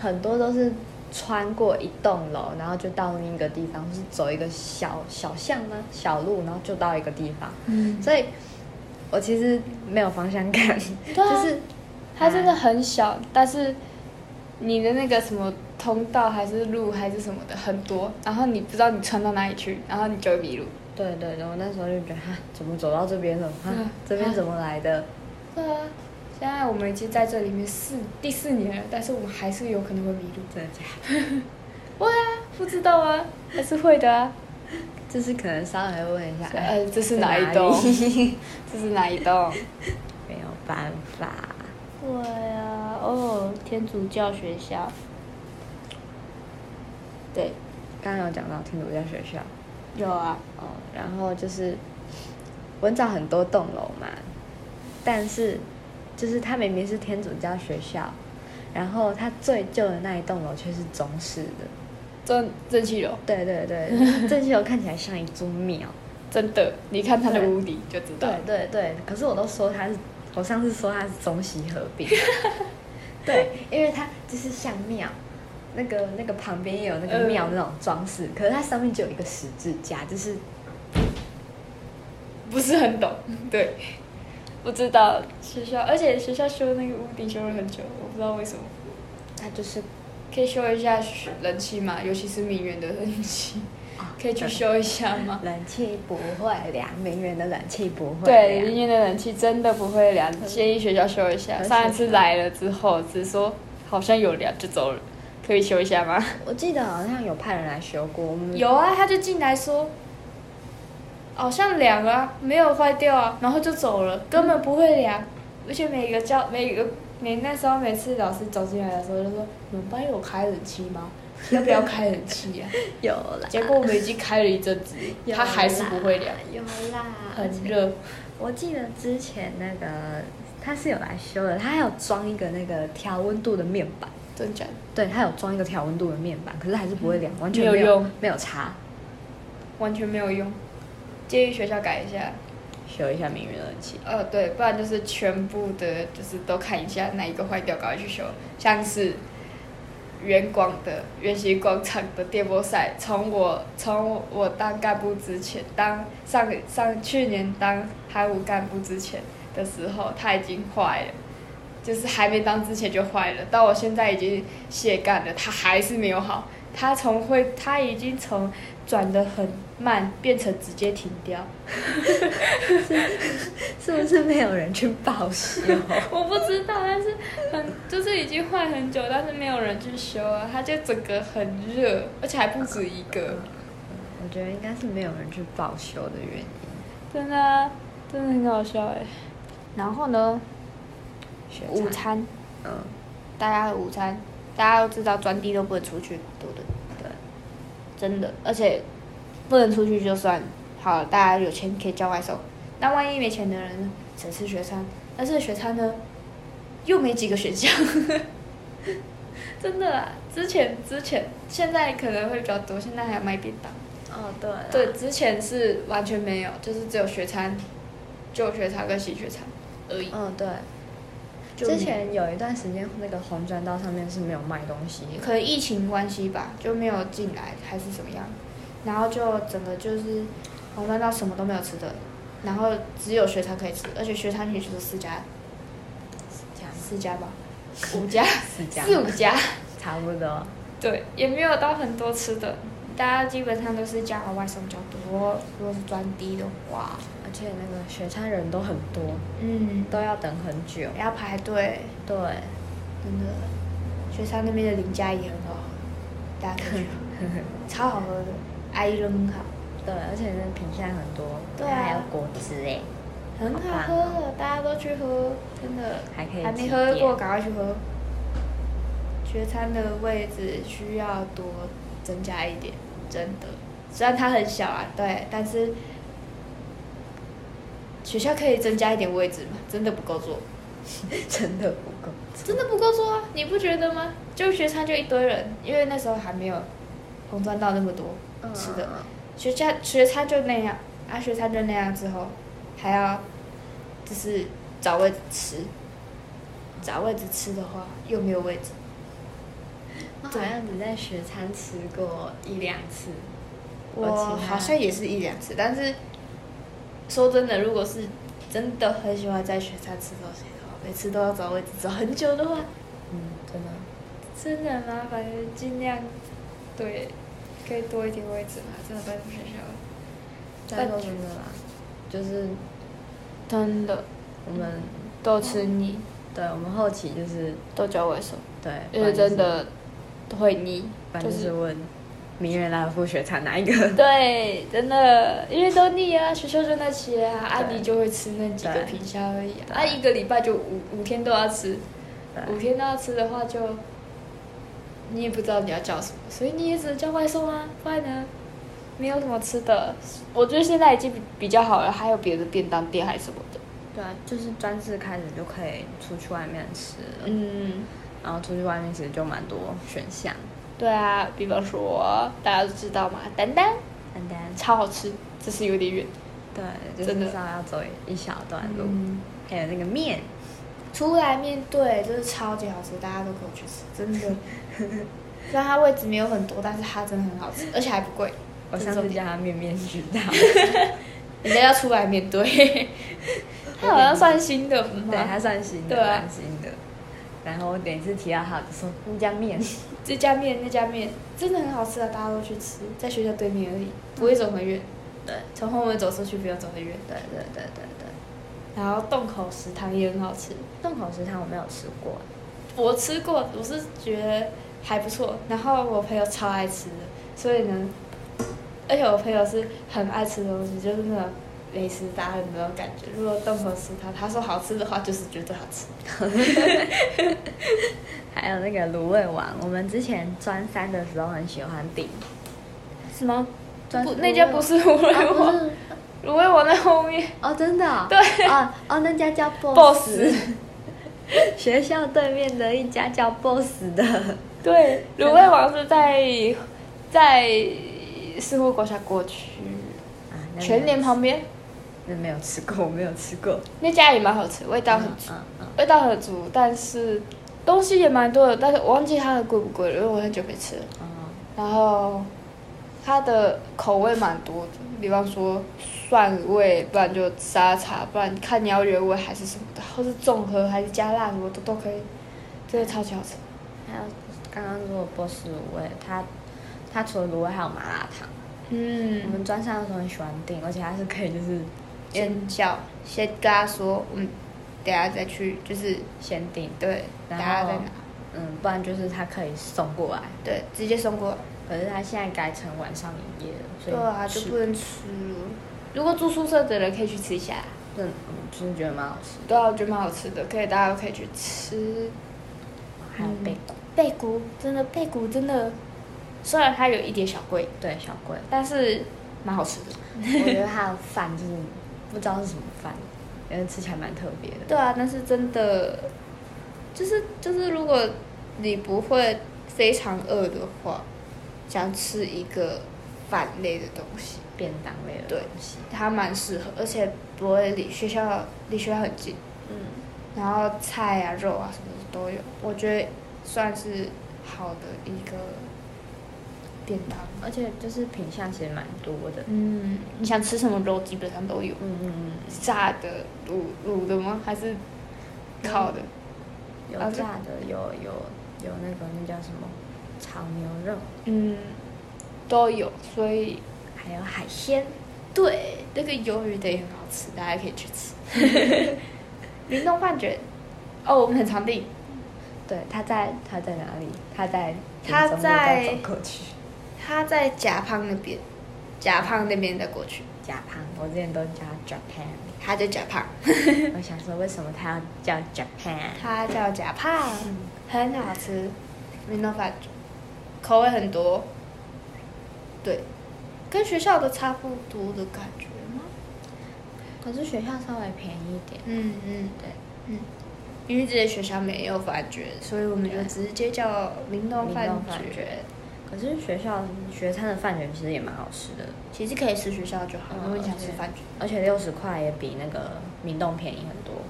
Speaker 4: 很多都是穿过一栋楼，然后就到另一个地方，或是走一个小小巷吗？小路，然后就到一个地方。嗯，所以我其实没有方向感，
Speaker 3: 对啊
Speaker 4: 就是
Speaker 3: 它真的很小，但是你的那个什么通道还是路还是什么的很多，然后你不知道你穿到哪里去，然后你就会迷路。
Speaker 4: 对对对，我那时候就觉得哈，怎么走到这边了？哈
Speaker 3: 嗯，
Speaker 4: 这边怎么来的？
Speaker 3: 对啊，现在我们已经在这里面四第四年了，但是我们还是有可能会迷路。
Speaker 4: 真的假的？
Speaker 3: 会啊，不知道啊，还是会的啊。
Speaker 4: 就是可能稍微问一下，哎，
Speaker 3: 呃，这是
Speaker 4: 在
Speaker 3: 哪一
Speaker 4: 里
Speaker 3: 栋？这是哪一栋？
Speaker 4: 没有办法。
Speaker 1: 对啊，哦，天主教学校，
Speaker 4: 对，刚刚有讲到天主教学校，
Speaker 1: 有啊，
Speaker 4: 哦，然后就是文藻很多栋楼嘛，但是就是它明明是天主教学校，然后它最旧的那一栋楼却是中式的，
Speaker 3: 真正气楼，
Speaker 4: 对对对，这些楼看起来像一座庙，
Speaker 3: 真的，你看它的屋顶就知道
Speaker 4: 对。对对，可是我都说它是，我上次说它是中西合并，对，因为它就是像庙。那个那个旁边也有那个庙那种装饰，可是它上面只有一个十字架，就是
Speaker 3: 不是很懂， 对，不知道学校，而且学校修那个屋顶修了很久，我不知道为什么，
Speaker 4: 它就是
Speaker 3: 可以修一下人气嘛，尤其是名媛的人气，
Speaker 4: 啊
Speaker 3: 可以去
Speaker 4: 对
Speaker 3: 修一下吗？
Speaker 4: 冷气不会凉，名媛的冷气不会
Speaker 3: 对，
Speaker 4: 凉。
Speaker 3: 名媛的人气真的不会凉，建议学校修一下。
Speaker 4: 而且
Speaker 3: 上一次来了之后，只说好像有凉就走了，可以修一下吗？
Speaker 4: 我记得好像有派人来修过，嗯我们
Speaker 3: 有啊，他就进来说，好像凉啊，没有坏掉啊，然后就走了，根本不会凉。而且每个教每个每那时候每次老师走进来的时候就说：“你们班有开冷气吗？要不要开冷气呀、啊
Speaker 4: 有啦？”，
Speaker 3: 结果我们已经开了一阵 子，
Speaker 4: 有
Speaker 3: 它还是不会凉
Speaker 4: 啦，，有啦，
Speaker 3: 很。热。
Speaker 4: 我记得之前那个他是有来修的，他还有装一个那个调温度的面板，
Speaker 3: 真假的？
Speaker 4: 对，他有装一个调温度的面板，可是还是不会凉，完全
Speaker 3: 没有
Speaker 4: 没有
Speaker 3: 用
Speaker 4: 没有差。
Speaker 3: 完全没有用，建议学校改一下。
Speaker 4: 修一下名媛的冷气，
Speaker 3: 呃，对，不然就是全部的，就是都看一下哪一个坏掉，赶快去修。像是圆广的圆形广场的电波赛，从我从我当干部之前，当上上去年当海武干部之前的时候，它已经坏了。就是还没当之前就坏了，到我现在已经卸干了，它还是没有好。它从会，它已经从转的很慢变成直接停掉，
Speaker 4: 是不是没有人去报 修？
Speaker 3: 我不知道，但是很就是已经坏很久，但是没有人去修啊，它就整个很热，而且还不止一个，
Speaker 4: 我觉得应该是没有人去报修的原因。
Speaker 3: 真的啊、真的很搞笑哎、
Speaker 5: 欸
Speaker 3: 然后呢，
Speaker 4: 学
Speaker 3: 午
Speaker 4: 长，
Speaker 3: 餐，
Speaker 4: 嗯，
Speaker 3: 大家的午餐，大家都知道专地都不能出去，对不对？
Speaker 4: 对。
Speaker 3: 真的，而且不能出去就算好了，大家有钱可以叫外送。那万一没钱的人呢，只吃学餐，但是学餐呢，又没几个选项。 真的啦，之前之前，现在可能会比较多，现在还有卖便当。
Speaker 4: 哦，对啦
Speaker 3: 对，之前是完全没有，就是只有学餐，就学餐跟洗学餐而已。
Speaker 4: 嗯，对。
Speaker 3: 就
Speaker 4: 之前有一段时间，那个红砖道上面是没有卖东西的。
Speaker 3: 可能疫情关系吧，就没有进来还是怎么样，然后就整个就是红砖到什么都没有吃的，然后只有学餐可以吃，而且学餐也就是四家，四家吧，五家，
Speaker 4: 四家
Speaker 3: 四五家，
Speaker 4: 差不多。
Speaker 3: 对，也没有到很多吃的，大家基本上都是叫外送比较多，如果是专低的话，
Speaker 4: 而且那个学餐人都很多，
Speaker 3: 嗯，
Speaker 4: 都要等很久。
Speaker 3: 要排队，
Speaker 4: 对，
Speaker 3: 真的，学餐那边的林家也很好喝，大家可以去喝，超好喝的，阿姨人很好。
Speaker 4: 对，而且那品相很多，
Speaker 3: 对啊
Speaker 4: 还有果汁哎，
Speaker 3: 很好喝，大家都去喝，真的。
Speaker 4: 还可以
Speaker 3: 还没喝过，赶快去喝。学餐的位置需要多增加一点，真的。虽然它很小啊，对，但是学校可以增加一点位置嘛，真的不够坐，
Speaker 4: 真的不够。
Speaker 3: 真的不够坐啊，你不觉得吗？就学餐就一堆人，因为那时候还没有红砖道那么多吃的。学家学餐就那样，啊，学餐就那样之后，还要就是找位置吃，找位置吃的话又没有位置，
Speaker 4: 我好像只在学餐吃过一两次。
Speaker 3: 我
Speaker 4: 其他
Speaker 3: 好像也是一两次，但是说真的，如果是真的很喜欢在学校吃东西的话，每次都要找位置找很久的话，嗯，真的
Speaker 7: 真的很麻烦，就是尽量对，可以多一点位置嘛，真的拜托学校了。
Speaker 3: 但说真的啦，就是真的
Speaker 4: 我们
Speaker 3: 都吃腻，
Speaker 4: 对，我们后期就是
Speaker 3: 都叫我手，
Speaker 4: 对，
Speaker 3: 因为真，的会腻，
Speaker 4: 反
Speaker 3: 就
Speaker 4: 正就是
Speaker 3: 是
Speaker 4: 问名媛
Speaker 3: 啊
Speaker 4: 来复学餐哪一个？
Speaker 3: 对，真的，因为都腻啊，学校就那些啊，阿迪就会吃那几个
Speaker 4: 对
Speaker 3: 品相而已啊，啊，一个礼拜就五五天都要吃，
Speaker 4: 对
Speaker 3: 五天都要吃的话就，你也不知道你要叫什么，所以你也只能叫外送啊，不然呢，没有什么吃的。我觉得现在已经比比较好了，还有别的便当店还是什么的。
Speaker 4: 对啊， 就是专制开始就可以出去外面吃了，
Speaker 3: 嗯，
Speaker 4: 然后出去外面其实就蛮多选项，
Speaker 3: 对啊，比方说大家都知道嘛，丹丹
Speaker 4: 单单
Speaker 3: 超好吃，只是有点远。
Speaker 4: 对，就
Speaker 3: 真
Speaker 4: 是
Speaker 3: 的嗯
Speaker 4: 至少要走一小段路，还有那个面，
Speaker 3: 出来面对就是超级好吃，大家都给我去吃，真的。虽然它位置没有很多，但是它真的很好吃，而且还不贵。
Speaker 4: 我上次叫他面面俱 到，
Speaker 3: 人家要出来面 对，它好像算新的吗？
Speaker 4: 对，还算新的，
Speaker 3: 对啊
Speaker 4: 蛮新的。然后我每次提到他，我就说那家面，
Speaker 3: 这家面那家面真的很好吃啊，大家都去吃，在学校对面而已，不会走很远。
Speaker 4: 对，
Speaker 3: 从后门走出去不用走很远。
Speaker 4: 对对对对对，
Speaker 3: 然后洞口食堂也很好吃，
Speaker 4: 洞口食堂我没有吃过，
Speaker 3: 我吃过，我是觉得还不错。然后我朋友超爱吃的，所以呢，而且我朋友是很爱吃的东西，就是那种美食达人的那种感觉。如果动口食堂他说好吃的话，就是绝对好吃。
Speaker 4: 还有那个卤味王，我们之前专三的时候很喜欢订，
Speaker 3: 什么？
Speaker 4: 专
Speaker 3: 不，那家不是卤味
Speaker 4: 哦不
Speaker 3: 王，
Speaker 4: 是
Speaker 3: 卤味王在后面。
Speaker 4: 哦，真的、哦，
Speaker 3: 对
Speaker 4: 哦哦，那家 叫
Speaker 3: Boss
Speaker 4: 学校对面的一家叫 Boss 的，
Speaker 3: 对，卤味王是在在四户国小过去，
Speaker 4: 啊那没有
Speaker 3: 全联旁边
Speaker 4: 那没有吃过，我没有吃 过，
Speaker 3: 那家也蛮好吃，味道很足。
Speaker 4: 嗯嗯，
Speaker 3: 味道很足，但是东西也蛮多的，但是我忘记它的贵不贵了，因为我很久没吃了。
Speaker 4: 哦，
Speaker 3: 然后它的口味蛮多的，比方说蒜味，不然就沙茶，不然看你要原味还是什么的，或是综合还是加辣什么的都可以，真的超级好吃。
Speaker 4: 还有刚刚说的 Boss 卤味，它它除了卤味还有麻辣烫，我
Speaker 3: 嗯，
Speaker 4: 们专三的时候很喜欢订，而且它是可以就是
Speaker 3: 先叫，先跟他说，嗯，等下再去，就是
Speaker 4: 先订，
Speaker 3: 对，等
Speaker 4: 然后
Speaker 3: 下再拿，
Speaker 4: 嗯，不然就是它可以送过来，
Speaker 3: 对，直接送过来。
Speaker 4: 可是它现在改成晚上营业了，所以
Speaker 3: 对啊，就
Speaker 4: 吃
Speaker 3: 不能吃了。如果住宿舍的人可以去吃一下。
Speaker 4: 嗯，就是觉得蛮好吃的，
Speaker 3: 对啊，我觉得蛮好吃的，可以大家都可以去吃。
Speaker 4: 还有贝果，
Speaker 3: 贝骨真的，贝骨真的，虽然它有一点小贵，
Speaker 4: 对，小贵。
Speaker 3: 但是蛮好吃的。
Speaker 4: 我觉得它的饭就是不知道是什么饭，因为吃起来蛮特别的。
Speaker 3: 对啊，但是真的，就是就是，如果你不会非常饿的话，想吃一个饭类的东西，
Speaker 4: 便当类的东西，
Speaker 3: 它蛮适合，而且不会离学校离学校很近。
Speaker 4: 嗯，
Speaker 3: 然后菜啊、肉啊什么的都有，我觉得算是好的一个便当。
Speaker 4: 而且就是品相其实蛮多的。
Speaker 3: 嗯，你想吃什么肉基本上都有，
Speaker 4: 嗯嗯
Speaker 3: 炸的、卤卤的吗？还是烤的？
Speaker 4: 嗯，有
Speaker 3: 啊这
Speaker 4: 炸的，有有有那个那叫什么炒牛肉，
Speaker 3: 嗯，都有，所以
Speaker 4: 还有海鲜。
Speaker 3: 对那个鱿鱼的也很好吃，大家可以去吃。 云东饭卷，哦，我们很常订，
Speaker 4: 对，它在它在哪里？它在
Speaker 3: 它
Speaker 4: 中路
Speaker 3: 在
Speaker 4: 再走过 去。
Speaker 3: 它在甲胖那边，甲胖那边再过去，
Speaker 4: 甲胖，我之前都叫它 Japan，
Speaker 3: 它叫甲胖。
Speaker 4: 我想说为什么它要叫 Japan？
Speaker 3: 它叫假胖，很好吃，没办法，口味很多，对，跟学校的差不多的感觉吗？
Speaker 4: 可是学校稍微便宜一点。
Speaker 3: 嗯嗯，
Speaker 4: 对，
Speaker 3: 嗯，因为这些学校没有饭卷，所以我们就
Speaker 4: 对
Speaker 3: 直接叫明洞
Speaker 4: 明
Speaker 3: 饭
Speaker 4: 洞饭
Speaker 3: 卷
Speaker 4: 卷，可是学校学餐的饭卷其实也蛮好吃的，
Speaker 3: 其实可以吃学校就好，如果你哦想吃饭卷，
Speaker 4: 而且六十块也比那个明洞便宜很多，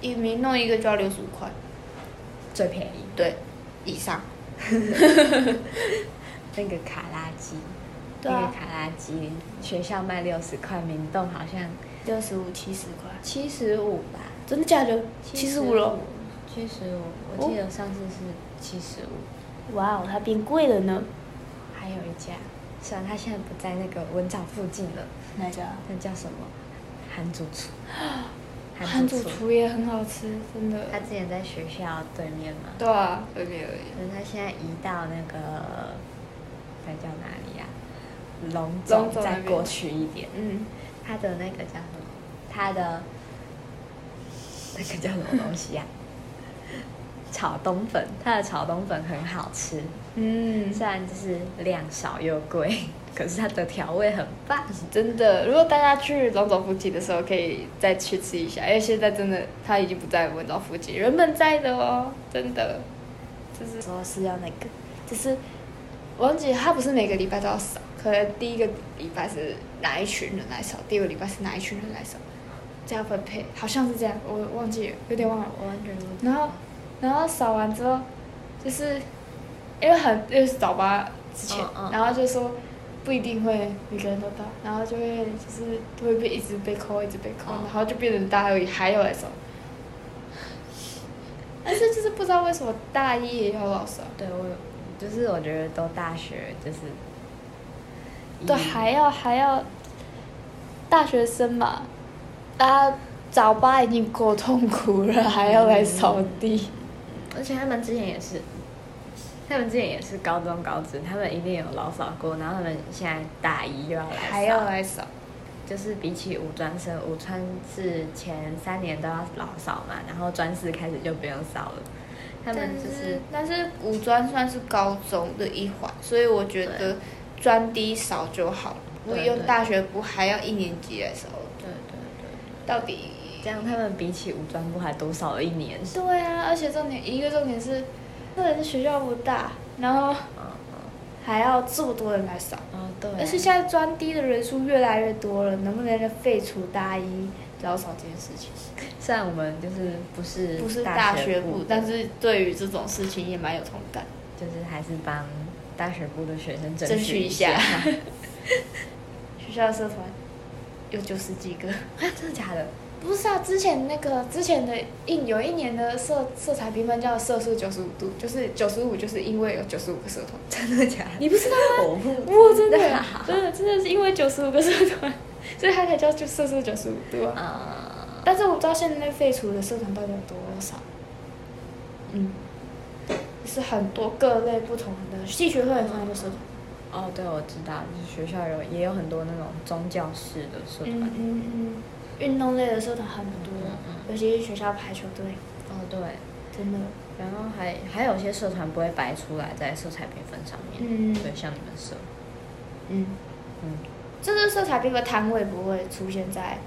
Speaker 3: 一明洞一个就要六十五块，
Speaker 4: 最便宜。
Speaker 3: 对，以上，
Speaker 4: 那个卡拉鸡，
Speaker 5: 对
Speaker 4: 那
Speaker 5: 啊
Speaker 4: 个卡拉鸡，学校卖六十块，明洞好像
Speaker 5: 六十五、七十块，
Speaker 4: 七十五吧，
Speaker 5: 真的假的？七十五了，
Speaker 4: 七十五，我记得上次是七十五，
Speaker 5: 哇哦，它变贵了呢。
Speaker 4: 还有一家，虽然它现在不在那个文藻附近了，
Speaker 5: 哪一家？
Speaker 4: 那叫什么？韩主厨，
Speaker 3: 汉主厨也很好吃，真的。
Speaker 4: 他之前在学校对面嘛，
Speaker 3: 对啊，对面而已。
Speaker 4: 可是他现在移到那个，那叫哪里呀、龙
Speaker 3: 龙
Speaker 4: 总
Speaker 3: 总那
Speaker 4: 再
Speaker 3: 边
Speaker 4: 过去一点，
Speaker 3: 嗯，
Speaker 4: 他的那个叫什么？他的那个叫什么东西呀、啊 炒冬粉，他的炒冬粉很好吃，
Speaker 3: 嗯，
Speaker 4: 虽然就是量少又贵，可是它的调味很棒。
Speaker 3: 真的。如果大家去龙总附近的时候，可以再去吃一下，因为现在真的他已经不在文藻附近，原本在的哦，真的。就是
Speaker 4: 说是要那个，
Speaker 3: 就是我忘记他不是每个礼拜都要扫，可能第一个礼拜是哪一群人来扫，第二个礼拜是哪一群人来扫，这样分配，好像是这样，我忘记了，有点忘了。
Speaker 4: 我完全不
Speaker 3: 然后，然后扫完之后，就是因为很因为是早八之前，
Speaker 4: 嗯嗯
Speaker 3: 然后就说不一定会每个人都到，然后就会就是会被一直被扣，一直被扣，
Speaker 4: 嗯
Speaker 3: 然后就变成大家有还有来扫。但是就是不知道为什么大一也有老师啊，
Speaker 4: 对我有，就是我觉得都大学就是，嗯
Speaker 3: 对，还要还要大学生嘛，大家早八已经够痛苦了，还要来扫地。
Speaker 4: 而且他们之前也是，他们之前也是高中高职，他们一定有老扫过，然后他们现在大一又要来扫，
Speaker 3: 还欸要来扫，
Speaker 4: 就是比起五专生，五专是前三年都要老扫嘛，然后专四开始就不用扫了，他们就是
Speaker 5: 但是五专算是高中的一环，所以我觉得专低少就好了，不
Speaker 4: 对
Speaker 5: 用
Speaker 4: 对
Speaker 5: 大学部还要一年级来少。
Speaker 4: 对对对，
Speaker 3: 到底
Speaker 4: 这样他们比起五专部还多扫了一年，
Speaker 3: 对啊，而且重点一个重点是，这人学校不大，然后
Speaker 4: 嗯
Speaker 3: 还要这么多人来扫，
Speaker 4: 嗯，哦对，
Speaker 5: 啊
Speaker 3: 而且现在专低的人数越来越多了，能不能废除大一老扫这件事情？
Speaker 4: 虽然我们就是不是
Speaker 3: 不是
Speaker 4: 大
Speaker 3: 大学部
Speaker 4: 部，，
Speaker 3: 但是对于这种事情也蛮有同感。
Speaker 4: 就是还是帮大学部的学生
Speaker 3: 争
Speaker 4: 争
Speaker 3: 取
Speaker 4: 取
Speaker 3: 一
Speaker 4: 一
Speaker 3: 下
Speaker 4: 下。啊
Speaker 3: 学校的社团有九十几个，
Speaker 4: 啊，真的 假的？
Speaker 3: 不是啊，之前那个之前的一有一年的色色彩评分叫色素九十五度，就是九十五，就是因为有九十五个社团。
Speaker 4: 真的假的？
Speaker 3: 你不知道吗？
Speaker 4: 我不
Speaker 3: 我真的
Speaker 4: 知道
Speaker 3: 真的真的是因为九十五个社团，所以它才叫就色素九十五度啊。
Speaker 4: 啊，
Speaker 3: 但是我不知道现在废除的社团到底有多少。嗯，就是很多各类不同的戏学会有很多社团。
Speaker 4: 哦，对，我知道，就是学校有也有很多那种宗教式的社团。
Speaker 3: 嗯嗯嗯，运动类的社团很多
Speaker 4: 嗯嗯，
Speaker 3: 尤其是学校排球队，
Speaker 4: 哦，对，
Speaker 3: 真的。
Speaker 4: 然后还还有些社团不会摆出来在色彩评分上面，
Speaker 3: 嗯
Speaker 4: 对，像你们社，
Speaker 3: 嗯，
Speaker 4: 嗯，
Speaker 3: 这就是色彩评分摊位不会出现在，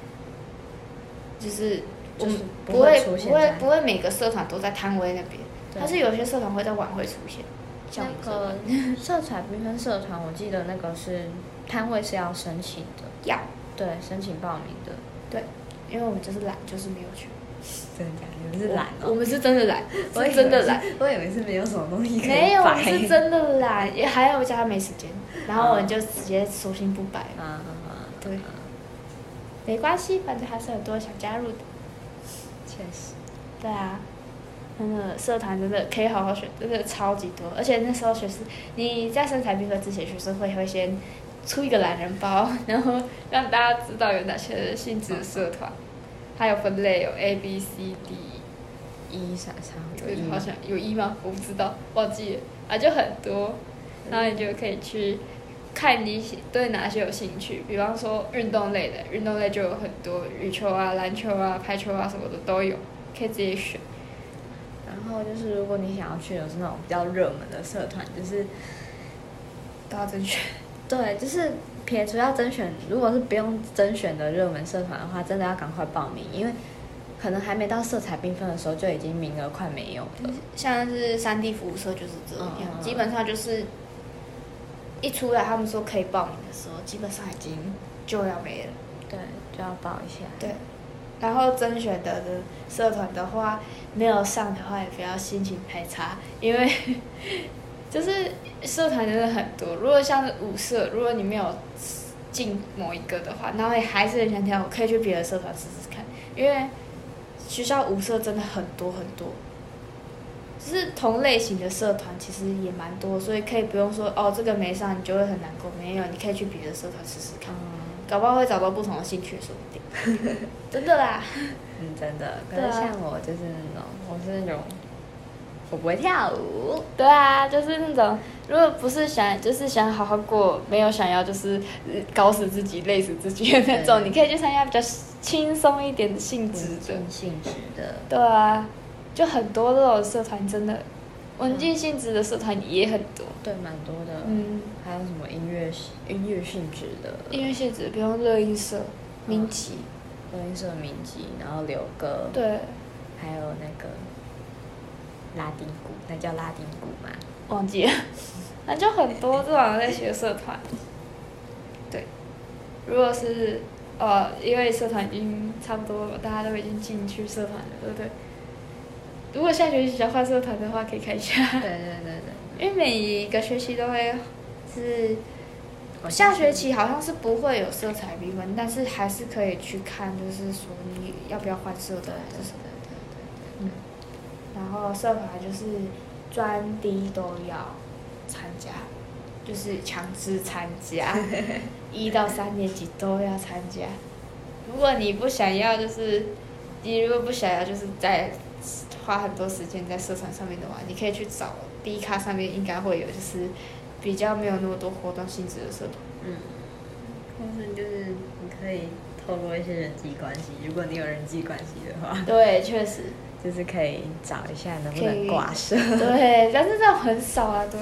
Speaker 3: 就是我
Speaker 4: 就是
Speaker 3: 们
Speaker 4: 不
Speaker 3: 不
Speaker 4: 会
Speaker 3: 会
Speaker 4: 出现
Speaker 3: 不会
Speaker 4: 在
Speaker 3: 不会每个社团都在摊位那边，
Speaker 4: 对
Speaker 3: 但是有些社团会在晚会出现。像我们
Speaker 4: 那
Speaker 3: 社团
Speaker 4: 个 色彩评分社团，我记得那个是摊位是要申请的，
Speaker 3: 要
Speaker 4: 对，申请报名的。
Speaker 3: 对，因为我们就是懒，就是没有去。
Speaker 4: 真的假的？你们是懒
Speaker 3: 我
Speaker 4: 哦？
Speaker 3: 们是真的 懒，
Speaker 4: 以为
Speaker 3: 是真的懒。
Speaker 4: 是，我以为是没有什么东西可以
Speaker 3: 没有，我们
Speaker 4: 摆
Speaker 3: 是真的懒，也还有加上没时间，然后我们就直接索性不摆了。
Speaker 4: 啊，
Speaker 3: 对，没关系，反正还是很多想加入的。
Speaker 4: 确实。
Speaker 3: 对啊，真的社团真的可以好好选，真的超级多。而且那时候学生你在身材评分之前，学生会会先出一个懒人包，然后让大家知道有哪些性质的社团，还有分类有哦 A B C D，
Speaker 4: 一闪闪有
Speaker 3: 对
Speaker 4: 一，
Speaker 3: 好像有一吗？我不知道，忘记了啊，就很多。然后你就可以去看你喜对哪些有兴趣，比方说运动类的，运动类就有很多羽球啊、篮球啊、排球啊什么的都有，可以自己选。
Speaker 4: 然后就是如果你想要去的是那种比较热门的社团，就是
Speaker 3: 都要甄选。
Speaker 4: 对，就是撇除要甄选，如果是不用甄选的热门社团的话，真的要赶快报名，因为可能还没到色彩缤纷的时候，就已经名额快没有了。
Speaker 3: 嗯
Speaker 5: 像是三 D 服务社就是这样，
Speaker 4: 嗯嗯嗯
Speaker 5: 基本上就是一出来他们说可以报名的时候，基本上已经就要没了。
Speaker 4: 对，就要报一下。
Speaker 5: 对，然后甄选的的社团的话，没有上的话也不要心情太差，因为
Speaker 3: 就是社团真的很多。如果像是舞社，如果你没有进某一个的话，那会还是很想跳舞，可以去别的社团试试看，因为学校舞社真的很多很多。就是同类型的社团其实也蛮多，所以可以不用说哦，这个没上你就会很难过。没有，你可以去别的社团试试看，搞不好会找到不同的兴趣，说不定。 真的啦，
Speaker 4: 嗯，真的。可
Speaker 3: 对
Speaker 4: 是
Speaker 3: 啊
Speaker 4: 像我就是那种，我是那种，我不会跳舞，
Speaker 3: 对啊，就是那种如果不是想就是想好好过，没有想要就是呃搞死自己、累死自己的那种，
Speaker 4: 对
Speaker 3: 你可以去参加比较轻松一点的性质的。
Speaker 4: 纯性质的。
Speaker 3: 对啊，就很多这种社团真的，文静性质的社团也很多。
Speaker 4: 对，蛮多的。
Speaker 3: 嗯，
Speaker 4: 还有什么音乐音乐性质的，
Speaker 3: 音乐性质，比方乐音社、民企，
Speaker 4: 德云社民集，然后流歌，，
Speaker 3: 对，
Speaker 4: 还有那个拉丁鼓，那叫拉丁鼓嘛。
Speaker 3: 忘记了， 那就很多这种类型的社团。对，如果是呃，因为社团已经差不多了，大家都已经进去社团了，对不对？如果下学期想换社团的话，可以看一下，
Speaker 4: 对对对对，
Speaker 3: 因为每一个学期都会是。下学期好像是不会有色彩评分，但是还是可以去看，就是说你要不要换社团还是什么的。嗯，然后社团就是专低都要参加，就是强制参 加，一到三年级都要参加。如果你不想要，就是你如果不想要，就是在花很多时间在社团上面的话，你可以去找 D 咖上面应该会有，就是比较没有那么多活动性质的社团。
Speaker 4: 嗯。或是就是你可以透过一些人际关系，如果你有人际关系的 话，
Speaker 3: 对，确实，
Speaker 4: 就是可以找一下能不
Speaker 3: 可
Speaker 4: 能
Speaker 3: 以
Speaker 4: 挂社。
Speaker 3: 对，但是这种很少啊，对，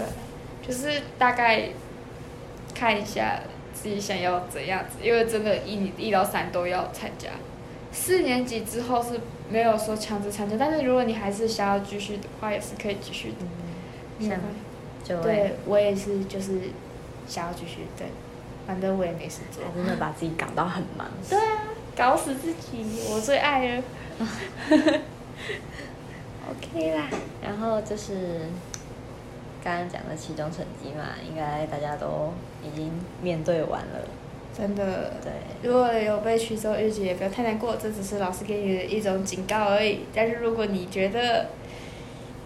Speaker 3: 就是大概看一下自己想要怎样子，因为真的一一到三都要参加，四年级之后是没有说强制参加，但是如果你还是想要继续的话，也是可以继续的。没有
Speaker 4: 像
Speaker 3: 关系
Speaker 4: 就会
Speaker 3: 嗯对，我也是，就是想要继续，对，反正我也没事做
Speaker 4: 还，真的把自己搞到很忙。
Speaker 3: 对啊，搞死自己，我最爱了。
Speaker 4: OK 啦，然后就是刚刚讲的期中成绩嘛，应该大家都已经面对完了。
Speaker 3: 真的。
Speaker 4: 对，
Speaker 3: 如果有被取走日记，也不要太难过，这只是老师给你的一种警告而已。但是如果你觉得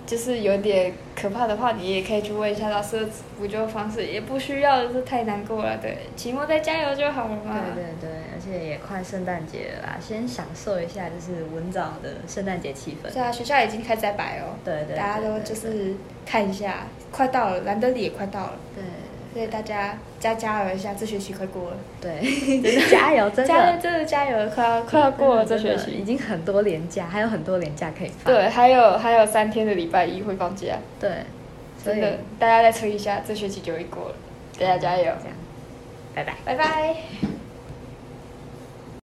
Speaker 3: 就是有点可怕的话，你也可以去问一下老师的补救方式，也不需要就是太难过了。对，期末再加油就好了嘛。
Speaker 4: 对对对，而且也快圣诞节了啦，先享受一下就是文藻的圣诞节气氛。
Speaker 3: 对啊，学校已经开始在摆哦，
Speaker 4: 对对对
Speaker 3: 大家都
Speaker 4: 对
Speaker 3: 就
Speaker 4: 对
Speaker 3: 是看一下，快到了，兰德里也快到了，
Speaker 4: 对
Speaker 3: 所以大家加加油一下，这学期快过了，
Speaker 4: 对， 加油！真
Speaker 3: 加油，
Speaker 4: 的，
Speaker 3: 真的加油，快要快要过了这
Speaker 4: 真
Speaker 3: 学
Speaker 4: 的已
Speaker 3: 期。
Speaker 4: 经很多连假，还有很多连假可以放。
Speaker 3: 对，还有还有三天的礼拜一会放假，
Speaker 4: 对，所
Speaker 3: 真
Speaker 4: 以啊
Speaker 3: 的，大家再撑一下，这学期就会过了，大家加油，
Speaker 4: 这样，拜拜。
Speaker 3: 拜拜。